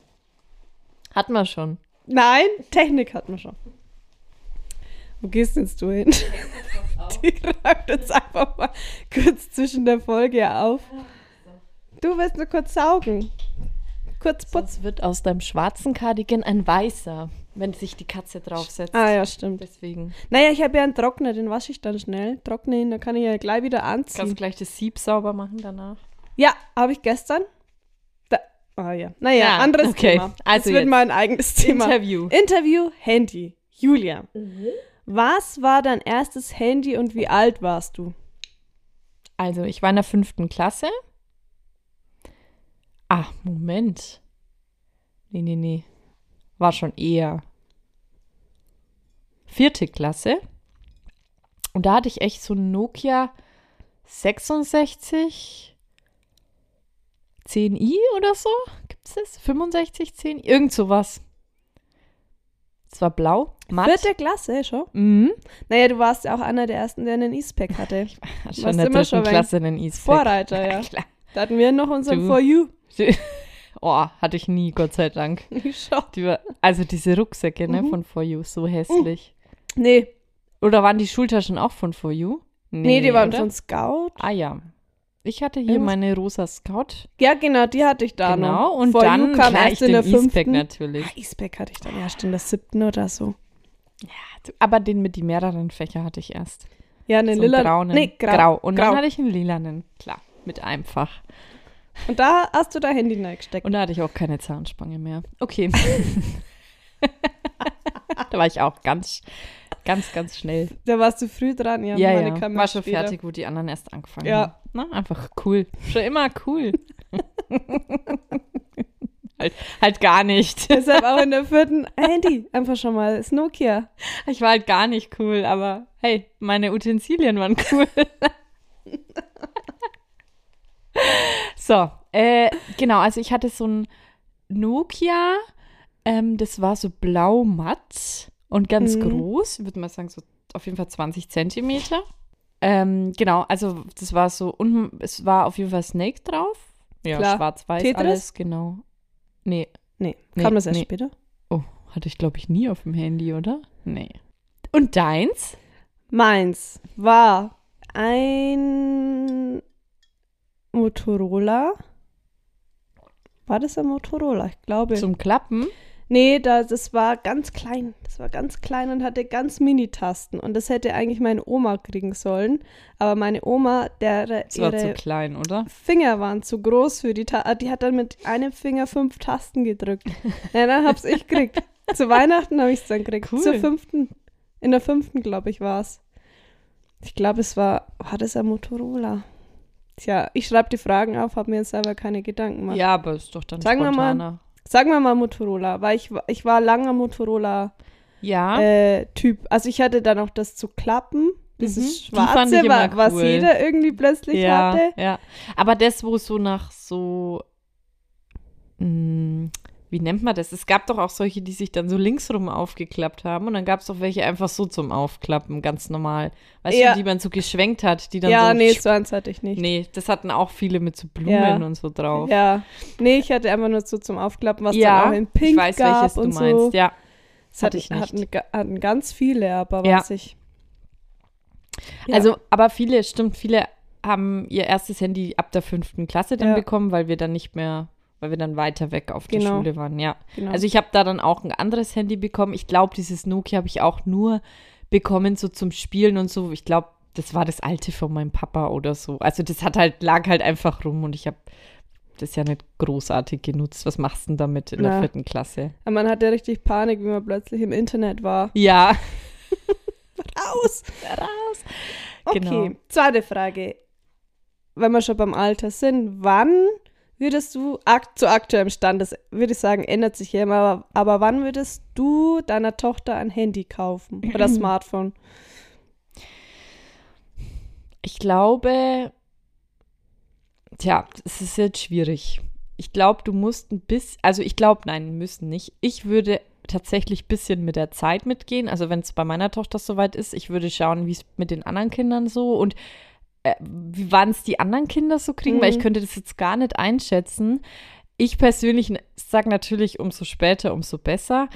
C: Hatten wir schon.
B: Nein, Technik hat man schon. Wo gehst denn jetzt du hin? Die räumt jetzt einfach mal kurz zwischen der Folge auf. Du willst nur kurz saugen. Kurz putzen.
C: Sonst wird aus deinem schwarzen Cardigan ein weißer, wenn sich die Katze draufsetzt.
B: Ah ja, stimmt.
C: Deswegen.
B: Naja, ich habe ja einen Trockner, den wasche ich dann schnell. Trockne ihn, dann kann ich ja gleich wieder anziehen.
C: Kannst du gleich das Sieb sauber machen danach?
B: Ja, habe ich gestern. Da, ah ja. Naja,
C: Ja,
B: anderes
C: okay.
B: Thema.
C: Also
B: das wird
C: jetzt.
B: mal ein eigenes Thema.
C: Interview. Mhm.
B: Interview, Handy. Julia, was war dein erstes Handy und wie alt warst du?
C: Also, ich war in der fünften Klasse. Ah, Moment. Nee, nee, nee. War schon eher. Vierte Klasse. Und da hatte ich echt so ein Nokia 66 10i oder so. Gibt's das? 65 10 Irgend sowas. Es war blau, matt.
B: Vierte Klasse, schon.
C: Mhm.
B: Naja, du warst ja auch einer der ersten, der einen E-Spec hatte.
C: Hat
B: Warst
C: schon in der
B: immer
C: dritten
B: schon ein
C: Klasse einen e
B: Vorreiter, ja.
C: Klar.
B: Da hatten wir noch unseren
C: Du.
B: For You.
C: Oh, hatte ich nie, Gott sei Dank.
B: Schau.
C: Die war, also diese Rucksäcke, ne,
B: Mhm.
C: von For You, so hässlich.
B: Nee,
C: Oder waren die Schultaschen auch von For You?
B: nee, die waren
C: oder?
B: von Scout.
C: Ah ja. Ich hatte hier
B: Irgendwas-
C: meine rosa Scout.
B: Ja, genau, die hatte ich da noch.
C: genau. Und
B: For
C: dann
B: you kam
C: gleich
B: erst
C: den
B: in der
C: E-Spec
B: fünften.
C: natürlich.
B: Ah, E-Spec hatte ich dann erst in der siebten oder so.
C: Aber den mit die mehreren Fächer hatte ich erst.
B: Ja, einen
C: so einen
B: lila.
C: braunen.
B: Nee, grau.
C: grau. Und
B: grau.
C: dann hatte ich einen lilanen. Klar, mit einem Fach.
B: Und da hast du dein Handy reingesteckt.
C: Und da hatte ich auch keine Zahnspange mehr. Okay. da war ich auch ganz, ganz, ganz schnell.
B: Da warst du früh dran, ja.
C: Ja,
B: meine
C: ja.
B: kam
C: war
B: erst
C: schon
B: später.
C: fertig, wo die anderen erst angefangen
B: Ja.
C: haben. Na, einfach cool. Schon immer cool. halt, halt gar nicht.
B: Deshalb auch in der vierten Handy. Einfach schon mal. Ist Nokia.
C: Ich war halt gar nicht cool, aber hey, meine Utensilien waren cool. so, äh, genau, also ich hatte so ein Nokia, ähm, das war so blau-matt und ganz
B: Mhm.
C: groß, ich würde mal sagen, so auf jeden Fall 20 Zentimeter. Ähm, genau, also das war so, unten, es war auf jeden Fall Snake drauf. Ja,
B: Klar.
C: schwarz-weiß
B: Tetris?
C: alles, genau. Nee,
B: Nee,
C: Nee,
B: kam das erst
C: nee.
B: später?
C: oh, hatte ich glaube ich nie auf dem Handy, oder? Nee. Und deins?
B: Meins war ein Motorola. War das ein Motorola? Ich glaube.
C: Zum Klappen?
B: Nee, da, das war ganz klein. Das war ganz klein und hatte ganz Mini-Tasten. Und das hätte eigentlich meine Oma kriegen sollen. Aber meine Oma, der
C: Es war zu
B: ihre
C: klein, oder?
B: Finger waren zu groß für die Tasten. Die hat dann mit einem Finger fünf Tasten gedrückt. Ja, dann hab's ich gekriegt. zu Weihnachten habe ich es dann gekriegt.
C: Cool.
B: Zur fünften. In der fünften, glaube ich, war's. Ich glaube, es war, war das ein Motorola? Tja, ich schreibe die Fragen auf, habe mir jetzt selber keine Gedanken gemacht.
C: Ja, aber ist doch dann
B: Sagen wir mal-
C: spontaner.
B: Sagen wir mal Motorola, weil ich, wa- ich war langer Motorola-Typ.
C: Ja,
B: äh, also ich hatte dann auch das zu klappen.
C: Mhm.
B: Dieses
C: Die fand ich
B: Schwarze,
C: immer
B: wa- was
C: cool.
B: jeder irgendwie plötzlich
C: ja,
B: hatte.
C: ja. Aber das, wo es so nach so, mh, wie nennt man das? Es gab doch auch solche, die sich dann so linksrum aufgeklappt haben und dann gab es doch welche einfach so zum Aufklappen, ganz normal. Weißt
B: Ja.
C: du, die man so geschwenkt hat, die dann
B: Ja,
C: so.
B: nee, so eins hatte ich nicht.
C: Nee, das hatten auch viele mit so Blumen
B: Ja.
C: und so drauf.
B: Ja, nee, ich hatte einfach nur so zum Aufklappen, was
C: Ja,
B: dann auch in Pink
C: ich weiß,
B: gab
C: welches du
B: und
C: meinst,
B: so.
C: ja.
B: das
C: hatte
B: hatten,
C: ich nicht.
B: Hatten, ga- hatten ganz viele, aber
C: Ja.
B: was ich. Ja.
C: Also, aber viele, stimmt, viele haben ihr erstes Handy ab der fünften Klasse dann
B: Ja.
C: bekommen, weil wir dann nicht mehr, weil wir dann weiter weg auf der
B: Genau.
C: Schule waren, ja.
B: Genau.
C: Also ich habe da dann auch ein anderes Handy bekommen. Ich glaube, dieses Nokia habe ich auch nur bekommen, so zum Spielen und so. Ich glaube, das war das alte von meinem Papa oder so. Also das hat halt, lag halt einfach rum und ich habe das ja nicht großartig genutzt. Was machst du denn damit in der
B: Na.
C: vierten Klasse?
B: Aber man hatte richtig Panik, wie man plötzlich im Internet war.
C: Ja.
B: Aus!
C: Raus.
B: Okay,
C: Genau.
B: zweite Frage. Wenn wir schon beim Alter sind, wann würdest du, ak zu aktuellem Stand, das würde ich sagen, ändert sich ja immer, aber, aber wann würdest du deiner Tochter ein Handy kaufen oder Smartphone?
C: Ich glaube, tja, es ist jetzt schwierig. Ich glaube, du musst ein bisschen, also ich glaube, nein, müssen nicht. Ich würde tatsächlich ein bisschen mit der Zeit mitgehen. Also wenn es bei meiner Tochter soweit ist, ich würde schauen, wie es mit den anderen Kindern so und äh, wie wann es die anderen Kinder so kriegen, weil ich
B: Mhm.
C: könnte das jetzt gar nicht einschätzen. Ich persönlich sage natürlich, umso später, umso besser.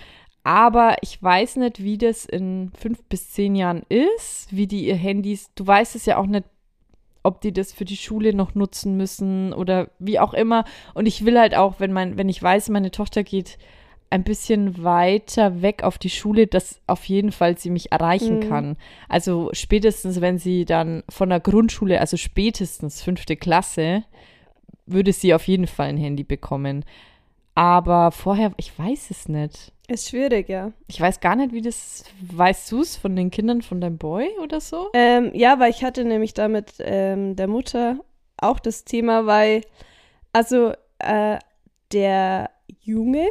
C: Aber ich weiß nicht, wie das in fünf bis zehn Jahren ist, wie die ihr Handys, du weißt es ja auch nicht, ob die das für die Schule noch nutzen müssen oder wie auch immer. Und ich will halt auch, wenn mein, wenn ich weiß, meine Tochter geht ein bisschen weiter weg auf die Schule, dass auf jeden Fall sie mich erreichen
B: Mhm.
C: kann. Also spätestens, wenn sie dann von der Grundschule, also spätestens fünfte Klasse, würde sie auf jeden Fall ein Handy bekommen. Aber vorher, ich weiß es nicht.
B: Ist schwierig, ja.
C: Ich weiß gar nicht, wie das. Weißt du es von den Kindern von deinem Boy oder so?
B: Ähm, ja, weil ich hatte nämlich da mit ähm, der Mutter auch das Thema, weil, also äh, der Junge,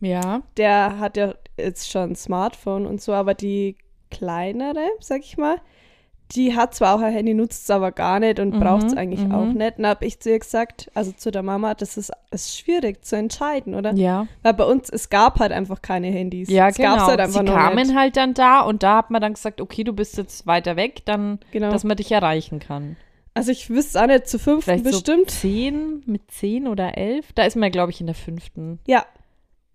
C: Ja.
B: der hat ja jetzt schon ein Smartphone und so, aber die kleinere, sag ich mal, die hat zwar auch ein Handy, nutzt es aber gar nicht und
C: Mhm,
B: braucht es eigentlich
C: mhm.
B: auch nicht. Und habe ich zu ihr gesagt, also zu der Mama, das ist, ist schwierig zu entscheiden, oder?
C: Ja.
B: Weil bei uns, es gab halt einfach keine Handys.
C: Ja,
B: es
C: genau.
B: gab's halt einfach
C: Sie
B: noch
C: kamen
B: nicht.
C: halt dann da und da hat man dann gesagt, okay, du bist jetzt weiter weg, dann,
B: Genau.
C: dass man dich erreichen kann.
B: Also ich wüsste auch nicht, zu fünf
C: Vielleicht
B: bestimmt.
C: so zehn, mit zehn oder elf. Da ist man, glaube ich, in der fünften.
B: Ja,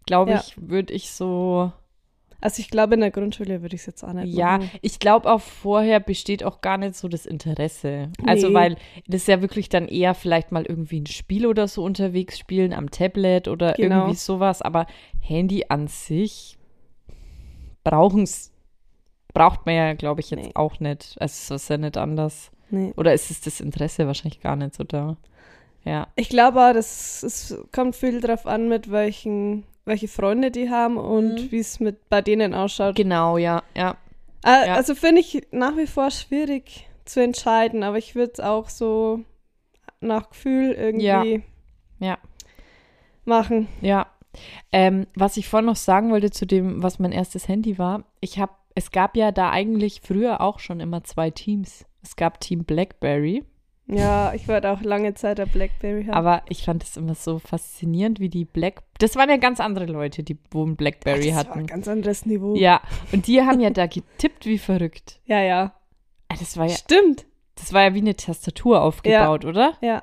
C: Glaube
B: Ja.
C: ich, würde ich so
B: Also ich glaube, in der Grundschule würde ich es jetzt auch nicht
C: Ja,
B: machen.
C: ich glaube auch vorher besteht auch gar nicht so das Interesse. Also
B: Nee.
C: weil das ja wirklich dann eher vielleicht mal irgendwie ein Spiel oder so unterwegs spielen am Tablet oder
B: Genau.
C: irgendwie sowas, aber Handy an sich brauchen's braucht man ja glaube ich jetzt
B: Nee.
C: auch nicht. Also es ist ja nicht anders
B: Nee.
C: oder ist es das Interesse wahrscheinlich gar nicht so da. Ja.
B: Ich glaube auch, das es kommt viel drauf an, mit welchen, welche Freunde die haben und
C: Mhm.
B: wie es mit bei denen ausschaut.
C: Genau, ja, ja.
B: Äh,
C: ja.
B: Also finde ich nach wie vor schwierig zu entscheiden, aber ich würde es auch so nach Gefühl irgendwie
C: Ja. Ja.
B: machen.
C: Ja. Ähm, was ich vorhin noch sagen wollte zu dem, was mein erstes Handy war, ich habe, es gab ja da eigentlich früher auch schon immer zwei Teams. Es gab Team Blackberry,
B: Ja, ich wollte auch lange Zeit der Blackberry haben.
C: aber ich fand es immer so faszinierend, wie die Black. Das waren ja ganz andere Leute, die wo ein Blackberry
B: das war ein
C: hatten.
B: ganz anderes Niveau.
C: Ja, und die haben ja da getippt wie verrückt.
B: ja. ja.
C: Ah, Das war ja,
B: Stimmt.
C: das war ja wie eine Tastatur aufgebaut, oder?
B: Ja.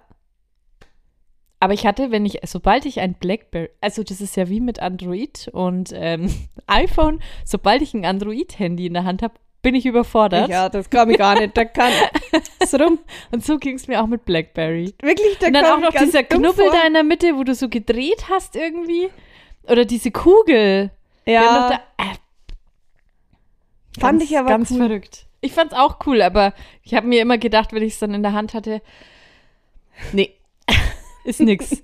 C: Aber ich hatte, wenn ich, sobald ich ein Blackberry, also das ist ja wie mit Android und ähm, iPhone, sobald ich ein Android-Handy in der Hand habe, bin ich überfordert.
B: Ja, das kann ich gar nicht. Da kann es rum.
C: Und so ging es mir auch mit Blackberry.
B: Wirklich, da
C: und dann
B: kam
C: auch
B: ich
C: noch
B: ganz
C: dieser
B: dumm
C: Knubbel
B: vor.
C: da in der Mitte, wo du so gedreht hast irgendwie. Oder diese Kugel. Wir haben doch
B: Ja,
C: da, äh,
B: fand
C: ganz,
B: ich aber
C: ganz
B: cool.
C: verrückt. Ich fand's auch cool, aber ich habe mir immer gedacht, wenn ich es dann in der Hand hatte, nee, ist nix.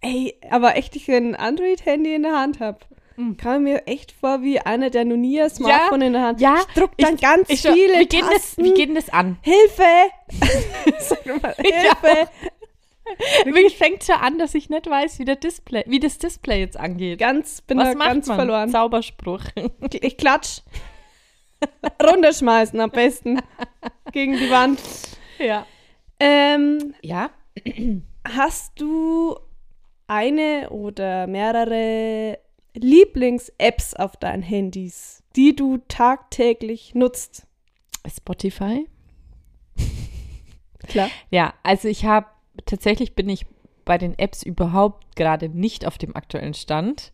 B: Ey, aber echt, ich ein Android-Handy in der Hand habe.
C: Mhm.
B: Kam mir echt vor wie einer, der noch nie ein Smartphone in der Hand
C: ja,
B: Ich druck dann ganz
C: ich, schau-
B: viele
C: wie geht, denn das,
B: Tasten.
C: wie geht denn das an?
B: Hilfe! Sag mal, Hilfe!
C: Wirklich fängt schon an, dass ich nicht weiß, wie, der Display, wie das Display jetzt angeht.
B: Ganz, bin
C: Was
B: da
C: macht
B: ganz
C: man?
B: verloren.
C: Zauberspruch.
B: Ich klatsch. Runterschmeißen am besten. Gegen die Wand.
C: ja.
B: Ähm,
C: Ja?
B: hast du eine oder mehrere Lieblings-Apps auf deinen Handys, die du tagtäglich nutzt?
C: Spotify?
B: Klar.
C: Ja, also ich habe tatsächlich bin ich bei den Apps überhaupt gerade nicht auf dem aktuellen Stand.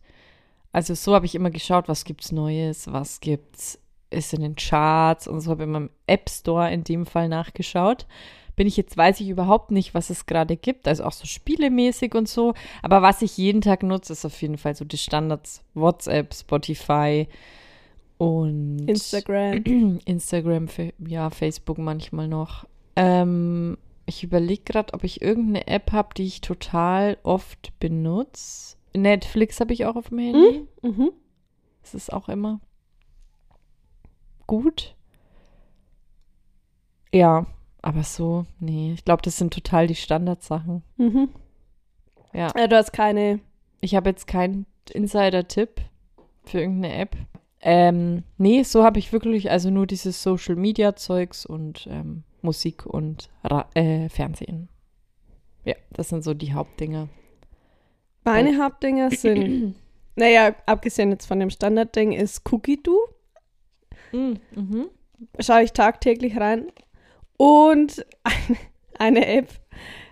C: Also so habe ich immer geschaut, was gibt's Neues, was gibt's ist in den Charts und so habe immer im App Store in dem Fall nachgeschaut. Bin ich jetzt weiß ich überhaupt nicht, was es gerade gibt, also auch so spielemäßig und so, aber was ich jeden Tag nutze, ist auf jeden Fall so die Standards WhatsApp, Spotify und
B: Instagram.
C: Instagram, Fa- ja, Facebook manchmal noch. Ähm, ich überlege gerade, ob ich irgendeine App habe, die ich total oft benutze. Netflix habe ich auch auf dem Handy.
B: Mhm.
C: Das ist auch immer gut. Ja, aber so, nee. Ich glaube, das sind total die Standardsachen.
B: Mhm.
C: Ja.
B: Ja, du hast keine.
C: Ich habe jetzt keinen Insider-Tipp für irgendeine App. Ähm, nee, so habe ich wirklich also nur dieses Social-Media-Zeugs und ähm, Musik und Ra äh, Fernsehen. Ja, das sind so die Hauptdinge.
B: Meine Hauptdinger sind. naja, abgesehen jetzt von dem Standardding ist Cookie Do.
C: Mhm.
B: schaue ich tagtäglich rein. Und eine, eine App,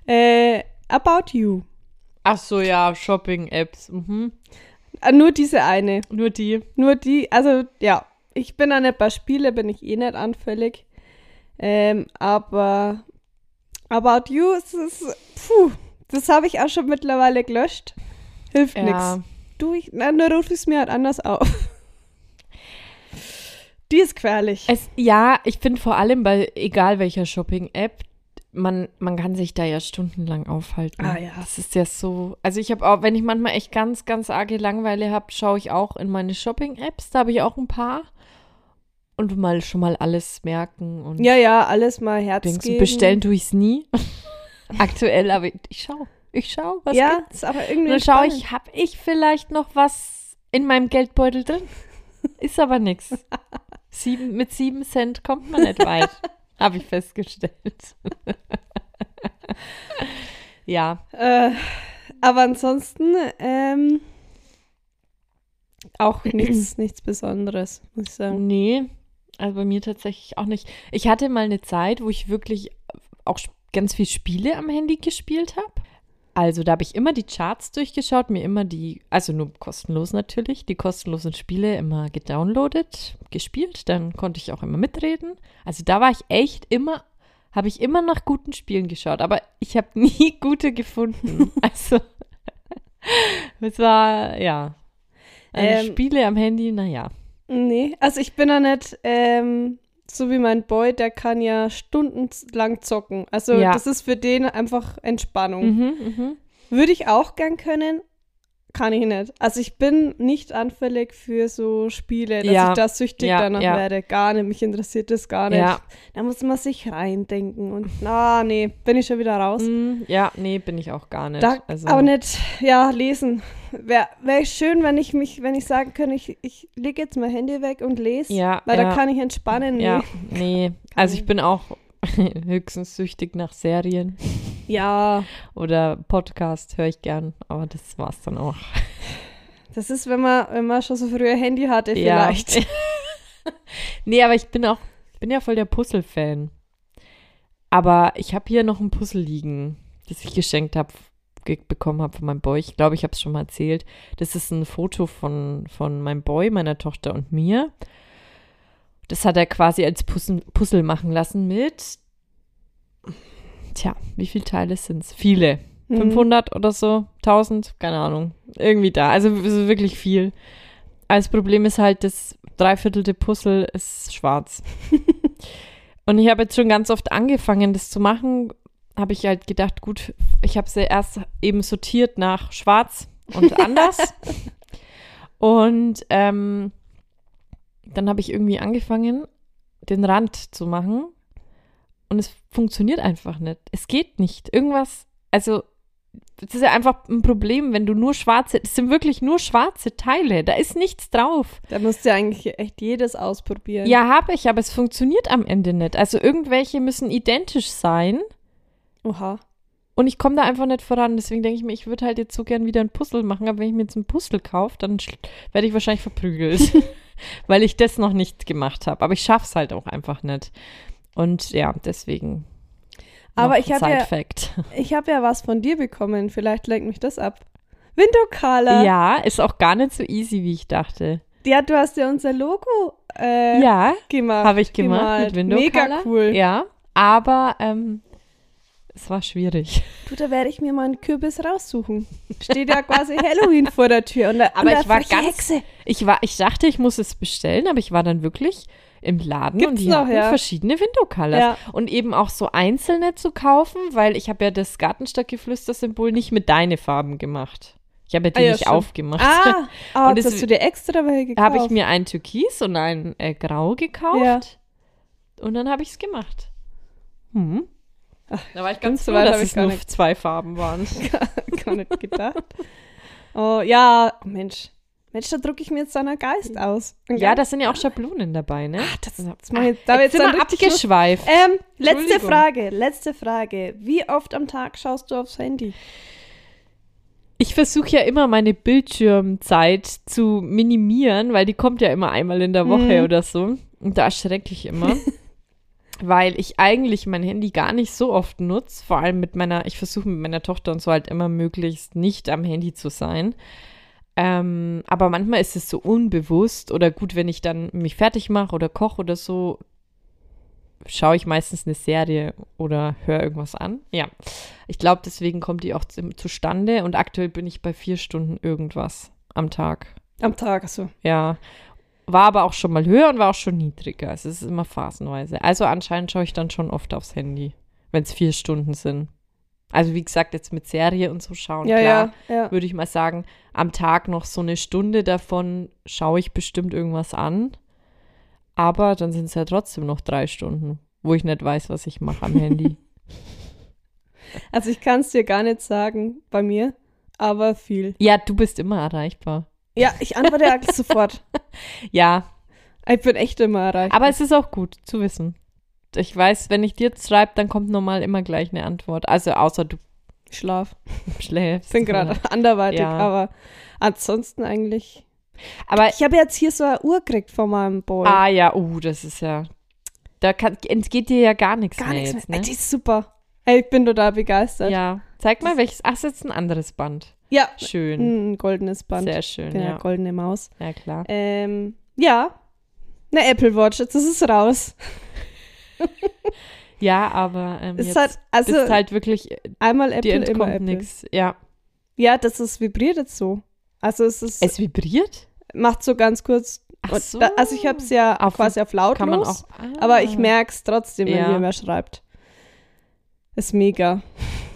B: äh, About You.
C: Ach so, ja, Shopping-Apps. Mhm.
B: Ah, Nur diese eine.
C: Nur die.
B: Nur die, also ja, ich bin da nicht bei Spiele, bin ich eh nicht anfällig. Ähm, aber About You, es ist, puh, das habe ich auch schon mittlerweile gelöscht. Hilft
C: Ja.
B: nichts. Du, ich, nein, dann rufe ich es mir halt anders auf. Die ist gefährlich.
C: Es, ja, ich finde vor allem bei egal welcher Shopping-App, man, man kann sich da ja stundenlang aufhalten.
B: Ah, ja.
C: Das ist ja so. Also ich habe auch, wenn ich manchmal echt ganz, ganz arge Langeweile habe, schaue ich auch in meine Shopping-Apps. Da habe ich auch ein paar. Und mal schon mal alles merken und
B: Ja, ja, alles mal Herz
C: denkst,
B: geben.
C: bestellen tue ich es nie. Aktuell, aber ich schaue. Ich schaue, was
B: ja,
C: gibt's.
B: ist aber
C: Und
B: irgendwie
C: dann schaue
B: spannend.
C: ich, habe ich vielleicht noch was in meinem Geldbeutel drin? Ist aber nichts. Sieben, mit sieben Cent kommt man nicht weit, habe ich festgestellt. ja,
B: Äh, aber ansonsten ähm, auch nichts, nichts Besonderes, muss ich sagen.
C: Ähm, nee, also bei mir tatsächlich auch nicht. Ich hatte mal eine Zeit, wo ich wirklich auch sp- ganz viel Spiele am Handy gespielt habe. Also da habe ich immer die Charts durchgeschaut, mir immer die, also nur kostenlos natürlich, die kostenlosen Spiele immer gedownloadet, gespielt, dann konnte ich auch immer mitreden. Also da war ich echt immer, habe ich immer nach guten Spielen geschaut, aber ich habe nie gute gefunden. Also es war, ja, also
B: Ähm.
C: Spiele am Handy, naja.
B: Nee, also ich bin ja nicht ähm, so wie mein Boy, der kann ja stundenlang zocken. Also
C: Ja.
B: das ist für den einfach Entspannung.
C: Mhm, mhm.
B: Würde ich auch gern können, kann ich nicht. Also ich bin nicht anfällig für so Spiele, dass
C: Ja.
B: ich da süchtig
C: Ja,
B: danach
C: ja.
B: werde. Gar nicht, mich interessiert das gar nicht.
C: Ja.
B: Da muss man sich reindenken und na, nee, bin ich schon wieder raus.
C: Mm, Ja, nee, bin ich auch gar nicht.
B: Da,
C: also,
B: aber nicht, ja, lesen. Wäre wär schön, wenn ich mich, wenn ich sagen könnte, ich, ich lege jetzt mein Handy weg und lese.
C: Ja,
B: weil
C: ja.
B: da kann ich entspannen.
C: Ja,
B: Nee.
C: nee. Also ich bin auch höchstens süchtig nach Serien
B: ja,
C: oder Podcast höre ich gern, aber das war's dann auch.
B: das ist, wenn man, wenn man schon so früher ein Handy hatte, vielleicht.
C: Ja. nee, aber ich bin auch, bin ja voll der Puzzle-Fan. Aber ich habe hier noch ein Puzzle liegen, das ich geschenkt habe, bekommen habe von meinem Boy. Ich glaube, ich habe es schon mal erzählt. Das ist ein Foto von, von meinem Boy, meiner Tochter und mir. Das hat er quasi als Puzzle, Puzzle machen lassen mit. Tja, wie viele Teile sind es? Viele.
B: Mhm. Hm,
C: 500 oder so, 1000, keine Ahnung. Irgendwie da. Also es ist wirklich viel. Als Problem ist halt, das dreiviertelte Puzzle ist schwarz. und ich habe jetzt schon ganz oft angefangen, das zu machen. Habe ich halt gedacht, gut, ich habe sie erst eben sortiert nach schwarz und anders. und ähm, dann habe ich irgendwie angefangen, den Rand zu machen. Und es funktioniert einfach nicht. Es geht nicht. Irgendwas, also das ist ja einfach ein Problem, wenn du nur schwarze, das sind wirklich nur schwarze Teile, da ist nichts drauf.
B: Da musst du ja eigentlich echt jedes ausprobieren.
C: Ja, habe ich, aber es funktioniert am Ende nicht. Also irgendwelche müssen identisch sein
B: Oha.
C: und ich komme da einfach nicht voran. Deswegen denke ich mir, ich würde halt jetzt so gern wieder ein Puzzle machen, aber wenn ich mir jetzt ein Puzzle kaufe, dann schl- werde ich wahrscheinlich verprügelt, weil ich das noch nicht gemacht habe. Aber ich schaffe es halt auch einfach nicht. Und ja, deswegen.
B: Aber
C: noch
B: ich habe
C: Side
B: ja,
C: Fact.
B: ich habe ja was von dir bekommen. Vielleicht lenkt mich das ab. Window Color.
C: Ja, ist auch gar nicht so easy, wie ich dachte.
B: Ja, du hast ja unser Logo äh,
C: ja.
B: gemacht.
C: Habe ich gemacht
B: gemalt.
C: mit Window
B: Mega
C: Color.
B: cool.
C: Ja, aber ähm, es war schwierig.
B: Du, da werde ich mir mal einen Kürbis raussuchen. Steht ja quasi Halloween vor der Tür. Und da, und
C: Aber
B: da
C: ich war
B: freche
C: ganz,
B: Hexe.
C: ich war, ich dachte, ich muss es bestellen, aber ich war dann wirklich im Laden und
B: Gibt's
C: die
B: noch,
C: hatten
B: ja.
C: verschiedene Window Colors
B: Ja.
C: und eben auch so einzelne zu kaufen, weil ich habe ja das Gartenstadtgeflüster-Symbol nicht mit deine Farben gemacht. Ich habe ja die
B: Ah, ja,
C: nicht
B: stimmt.
C: aufgemacht.
B: Ah, ah
C: Und
B: das
C: es-
B: hast du dir extra welche gekauft.
C: habe ich mir ein Türkis und ein äh, Grau gekauft
B: Ja.
C: und dann habe ich es gemacht. Hm. da war ich ganz
B: so
C: froh,
B: weit
C: dass
B: habe ich
C: es
B: gar
C: nur
B: nicht-
C: zwei Farben waren.
B: gar nicht gedacht. Oh ja, oh Mensch. Mensch, da drucke ich mir jetzt deiner Geist aus. Und
C: Ja,
B: ganz-
C: da sind ja auch Schablonen dabei, ne? Ach, das,
B: Ah, das mach ich jetzt- da wir jetzt
C: sind
B: dann
C: wir
B: richtig los-
C: abgeschweift.
B: Ähm, letzte
C: Entschuldigung.
B: Frage, letzte Frage. Wie oft am Tag schaust du aufs Handy?
C: Ich versuche ja immer meine Bildschirmzeit zu minimieren, weil die kommt ja immer einmal in der Woche
B: Mhm.
C: oder so. Und da erschrecke ich immer. weil ich eigentlich mein Handy gar nicht so oft nutze. Vor allem mit meiner, ich versuche mit meiner Tochter und so halt immer möglichst nicht am Handy zu sein. Ähm, aber manchmal ist es so unbewusst oder gut, wenn ich dann mich fertig mache oder koche oder so, schaue ich meistens eine Serie oder höre irgendwas an. Ja, ich glaube, deswegen kommt die auch zum- zustande und aktuell bin ich bei vier Stunden irgendwas am Tag.
B: Am Tag, so.
C: Ja, war aber auch schon mal höher und war auch schon niedriger. Es ist immer phasenweise. Also anscheinend schaue ich dann schon oft aufs Handy, wenn es vier Stunden sind. Also wie gesagt, jetzt mit Serie und so schauen,
B: Ja,
C: klar
B: ja, ja.
C: würde ich mal sagen, am Tag noch so eine Stunde davon schaue ich bestimmt irgendwas an. Aber dann sind es ja trotzdem noch drei Stunden, wo ich nicht weiß, was ich mache am Handy.
B: Also ich kann es dir gar nicht sagen, bei mir, aber viel.
C: ja, du bist immer erreichbar.
B: Ja, ich antworte eigentlich sofort.
C: Ja,
B: Ich bin echt immer erreicht.
C: aber es ist auch gut zu wissen. Ich weiß, wenn ich dir jetzt schreibe, dann kommt normal immer gleich eine Antwort. Also außer du
B: Schlaf.
C: schläfst. Genau.
B: Bin gerade anderweitig,
C: Ja.
B: aber ansonsten eigentlich.
C: Aber
B: Ich habe jetzt hier so eine Uhr gekriegt von meinem Boy.
C: ah ja, uh, das ist ja. Da kann, entgeht dir ja gar nichts
B: Gar
C: mehr
B: nichts
C: jetzt,
B: mehr. Ey,
C: ne?
B: die ist super. Ey, ich bin total begeistert. Ja,
C: Ja, zeig mal welches. Ach, es ist jetzt ein anderes Band. Schön.
B: ein goldenes Band. Genau,
C: Sehr
B: ich
C: schön,
B: bin ja.
C: ja.
B: goldene Maus.
C: Ja, klar.
B: Ähm, ja, eine Apple Watch, jetzt ist es raus.
C: Ja, aber ähm,
B: Es
C: jetzt
B: hat, also
C: ist halt wirklich, äh,
B: einmal
C: dir
B: Apple, immer
C: entkommt
B: Apple.
C: nichts. Ja.
B: Ja, das ist vibriert jetzt so. Also es ist,
C: Es vibriert?
B: macht so ganz kurz.
C: Ach
B: und
C: so.
B: Da, also ich habe es ja
C: Auf-
B: quasi auf lautlos.
C: Kann man auch. Ah.
B: Aber ich merke es trotzdem, wenn
C: Ja.
B: mir wer schreibt. Ist mega.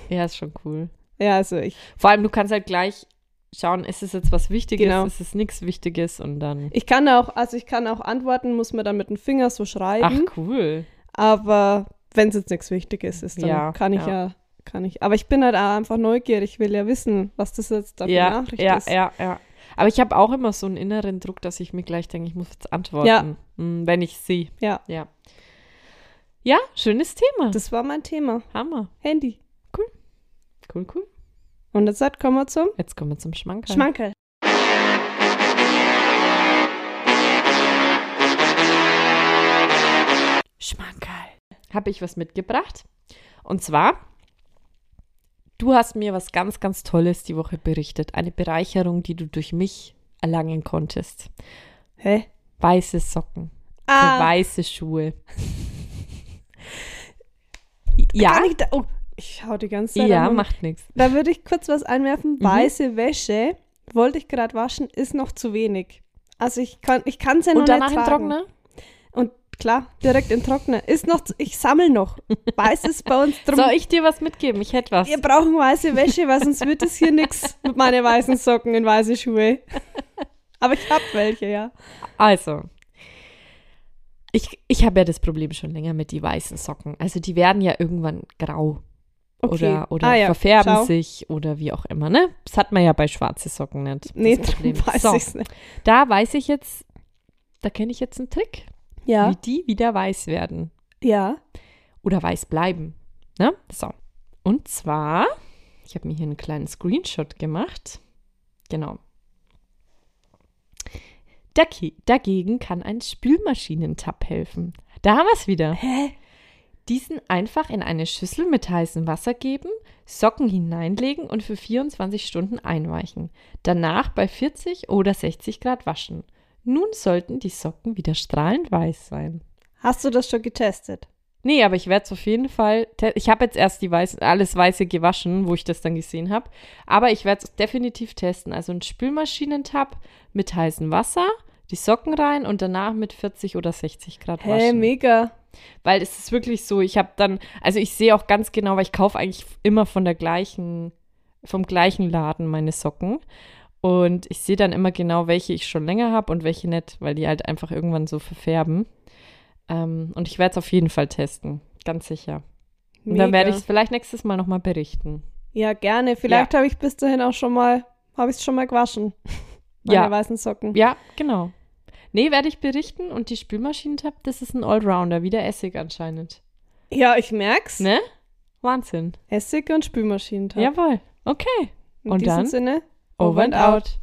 C: Ja, ist schon cool.
B: Ja, also ich,
C: Vor allem, du kannst halt gleich schauen, ist es jetzt was Wichtiges,
B: Genau.
C: ist es nichts Wichtiges und dann.
B: ich kann auch, also ich kann auch antworten, muss mir dann mit dem Finger so
C: Ach,
B: schreiben.
C: cool.
B: Aber wenn es jetzt nichts Wichtiges ist, dann
C: Ja,
B: kann ich
C: ja.
B: ja. kann ich. Aber ich bin halt auch einfach neugierig, ich will ja wissen, was das jetzt da für eine
C: Ja,
B: Nachricht
C: ja,
B: ist.
C: ja, ja. Aber ich habe auch immer so einen inneren Druck, dass ich mir gleich denke, ich muss jetzt antworten,
B: Ja.
C: Mm, wenn ich sehe.
B: Ja.
C: Ja. Ja, schönes Thema.
B: Das war mein Thema.
C: Hammer.
B: Handy.
C: Cool, cool.
B: Und jetzt halt kommen wir zum
C: Jetzt kommen wir zum Schmankerl.
B: Schmankerl.
C: Schmankerl. Habe ich was mitgebracht. Und zwar, du hast mir was ganz, ganz Tolles die Woche berichtet. Eine Bereicherung, die du durch mich erlangen konntest.
B: Hä?
C: Weiße Socken.
B: Ah,
C: Weiße Schuhe. ja,
B: kann ich da, oh, ich hau die ganze Zeit.
C: Ja, Mhm.
B: an. um.
C: macht nichts.
B: Da würde ich kurz was einwerfen. Weiße Wäsche wollte ich gerade waschen, ist noch zu wenig. Also ich kann ich kann's ja noch
C: Und danach
B: nicht
C: im
B: tragen.
C: Trockner?
B: Und klar, direkt in Trockner. Ist noch, zu, ich sammle noch. Weiß ist bei uns drum.
C: Soll ich dir was mitgeben? Ich hätte was.
B: Wir brauchen weiße Wäsche, weil sonst wird es hier nichts mit meinen weißen Socken in weiße Schuhe. Aber ich hab welche, ja.
C: Also, ich, ich habe ja das Problem schon länger mit die weißen Socken. Also die werden ja irgendwann grau
B: Okay.
C: oder, oder
B: Ah ja,
C: verfärben
B: schau.
C: sich oder wie auch immer. Ne? Das hat man ja bei schwarzen Socken nicht.
B: Nee,
C: das
B: drum weiß
C: so,
B: ich's nicht.
C: da weiß ich jetzt, da kenne ich jetzt einen Trick,
B: Ja,
C: wie die wieder weiß werden
B: ja.
C: oder weiß bleiben. Ne? So. Und zwar, ich habe mir hier einen kleinen Screenshot gemacht. Genau. Dagi- Dagegen kann ein Spülmaschinentab helfen. Da haben wir es wieder.
B: Hä?
C: Diesen einfach in eine Schüssel mit heißem Wasser geben, Socken hineinlegen und für 24 Stunden einweichen. Danach bei 40 oder 60 Grad waschen. Nun sollten die Socken wieder strahlend weiß sein.
B: Hast du das schon getestet?
C: Nee, aber ich werde es auf jeden Fall. te- Ich habe jetzt erst die Weiß, alles Weiße gewaschen, wo ich das dann gesehen habe. Aber ich werde es definitiv testen. Also ein Spülmaschinentab mit heißem Wasser, die Socken rein und danach mit 40 oder 60 Grad
B: Hä,
C: waschen.
B: mega.
C: Weil es ist wirklich so, ich habe dann, also ich sehe auch ganz genau, weil ich kaufe eigentlich immer von der gleichen, vom gleichen Laden meine Socken. Und ich sehe dann immer genau, welche ich schon länger habe und welche nicht, weil die halt einfach irgendwann so verfärben. Ähm, und ich werde es auf jeden Fall testen, ganz sicher. Und
B: mega.
C: dann werde ich es vielleicht nächstes Mal nochmal berichten.
B: Ja, gerne. Vielleicht habe ich bis dahin auch schon mal, habe ich es schon mal gewaschen. Meine
C: Ja.
B: weißen Socken.
C: Ja, genau. Nee, werde ich berichten und die Spülmaschinentab, das ist ein Allrounder, wie der Essig anscheinend.
B: Ja, ich merk's.
C: Ne? Wahnsinn.
B: Essig und Spülmaschinentag.
C: Jawohl. Okay.
B: In
C: und
B: diesem
C: dann?
B: Sinne,
C: Over and out.